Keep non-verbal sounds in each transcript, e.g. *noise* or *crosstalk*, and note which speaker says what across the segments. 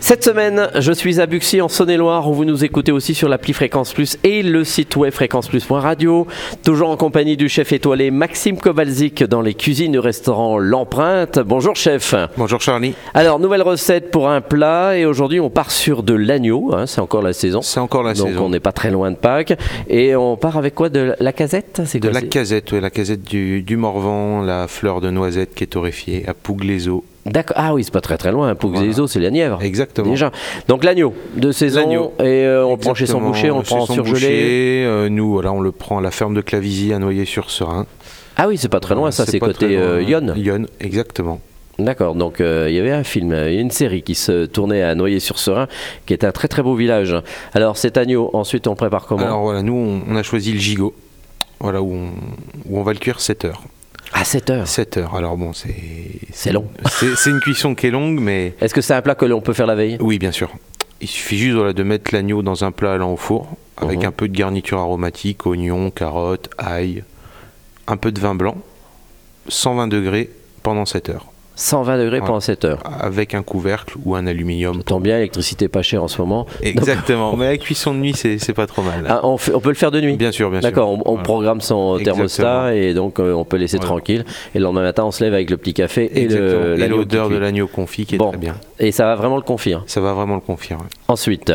Speaker 1: Cette semaine, je suis à Buxy en Saône-et-Loire où vous nous écoutez aussi sur l'appli Fréquence Plus et le site web fréquenceplus.radio. Toujours en compagnie du chef étoilé Maxime Kowalczyk dans les cuisines du restaurant L'Empreinte. Bonjour chef.
Speaker 2: Bonjour Charlie.
Speaker 1: Alors, nouvelle recette pour un plat et aujourd'hui on part sur de l'agneau, hein, c'est encore la saison.
Speaker 2: C'est encore la
Speaker 1: Donc
Speaker 2: saison.
Speaker 1: on n'est pas très loin de Pâques et on part avec quoi de la casette C'est
Speaker 2: De
Speaker 1: quoi,
Speaker 2: la
Speaker 1: c'est-
Speaker 2: casette, ouais, la casette du, du Morvan, la fleur de noisette qui est torréfiée à Pouglézo.
Speaker 1: D'accord. Ah oui, c'est pas très très loin. Pour
Speaker 2: Voilà.
Speaker 1: c'est la Nièvre.
Speaker 2: Exactement.
Speaker 1: Déjà. Donc l'agneau de saison.
Speaker 2: L'agneau.
Speaker 1: Et euh, on le prend chez son boucher, on le prend en surgelé.
Speaker 2: euh, nous, voilà, on le prend à la ferme de Clavisy à Noyer-sur-Serein.
Speaker 1: Ah oui, c'est pas très loin, ça, c'est
Speaker 2: pas très
Speaker 1: côté
Speaker 2: loin.
Speaker 1: euh, Yonne.
Speaker 2: Yonne, exactement.
Speaker 1: D'accord, donc euh, il y avait un film, euh, une série qui se tournait à Noyer-sur-Serein, qui est un très très beau village. Alors cet agneau, ensuite on prépare comment
Speaker 2: Alors voilà, nous, on, on a choisi le gigot. Voilà, où on, où on va le cuire 7 heures.
Speaker 1: À 7 heures.
Speaker 2: 7 heures, alors bon, c'est.
Speaker 1: C'est long.
Speaker 2: C'est c'est une cuisson qui est longue, mais.
Speaker 1: Est-ce que c'est un plat que l'on peut faire la veille
Speaker 2: Oui, bien sûr. Il suffit juste voilà, de mettre l'agneau dans un plat allant au four, avec
Speaker 1: Mhm.
Speaker 2: un peu de garniture aromatique, oignons, carottes, ail, un peu de vin blanc, 120 degrés pendant 7 heures,
Speaker 1: 120 degrés pendant 7 heures.
Speaker 2: avec un couvercle ou un aluminium.
Speaker 1: Tant bien, l'électricité pas chère en ce moment.
Speaker 2: Exactement, mais la cuisson de nuit, c'est c'est pas trop mal.
Speaker 1: *laughs* Ah, on, fait- on peut le faire de nuit
Speaker 2: Bien sûr, bien sûr.
Speaker 1: D'accord, on, on
Speaker 2: Voilà.
Speaker 1: programme son
Speaker 2: Exactement.
Speaker 1: thermostat et donc euh, on peut laisser
Speaker 2: Voilà.
Speaker 1: tranquille. Et le lendemain matin, on se lève avec le petit café et
Speaker 2: Exactement.
Speaker 1: le-
Speaker 2: Et
Speaker 1: l'agneau
Speaker 2: l'odeur
Speaker 1: qui
Speaker 2: de
Speaker 1: cuit.
Speaker 2: l'agneau confit qui est
Speaker 1: Bon.
Speaker 2: très bien.
Speaker 1: Et ça va vraiment le confire.
Speaker 2: Ça va vraiment le confirmer.
Speaker 1: Ensuite,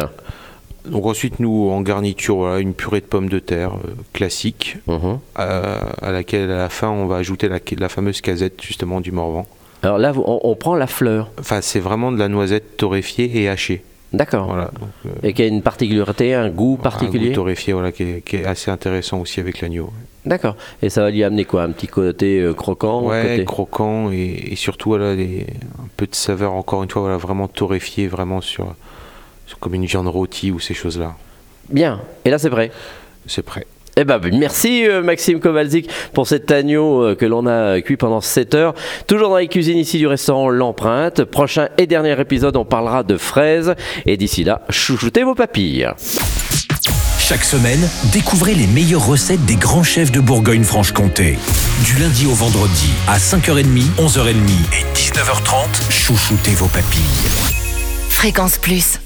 Speaker 2: Donc ensuite, nous, en garniture, voilà, une purée de pommes de terre euh, classique,
Speaker 1: mhm.
Speaker 2: euh, à laquelle, à la fin, on va ajouter la, la fameuse casette, justement, du Morvan.
Speaker 1: alors là, vous- on, on prend la fleur.
Speaker 2: Enfin, c'est vraiment de la noisette torréfiée et hachée.
Speaker 1: D'accord.
Speaker 2: Voilà. Donc, euh,
Speaker 1: Et qui a une particularité, un goût
Speaker 2: Un
Speaker 1: particulier.
Speaker 2: goût torréfié, voilà, qui est, qui est assez intéressant aussi avec l'agneau.
Speaker 1: D'accord. Et ça va lui amener quoi Un petit côté euh, croquant
Speaker 2: ouais,
Speaker 1: côté-
Speaker 2: croquant et, et surtout, voilà, des- un peu de saveur, encore une fois, voilà, vraiment torréfié, vraiment sur, sur- comme une viande rôtie ou ces choses-là.
Speaker 1: Bien. Et là, c'est prêt.
Speaker 2: C'est prêt.
Speaker 1: Eh ben, ben, merci euh, Maxime Kowalczyk pour cet agneau euh, que l'on a cuit pendant 7 heures. Toujours dans les cuisines ici du restaurant L'Empreinte. Prochain et dernier épisode, on parlera de fraises. Et d'ici là, chouchoutez vos papilles.
Speaker 3: Chaque semaine, découvrez les meilleures recettes des grands chefs de Bourgogne-Franche-Comté. Du lundi au vendredi, à 5h30, 11h30 et 19h30, chouchoutez vos papilles.
Speaker 4: Fréquence Plus.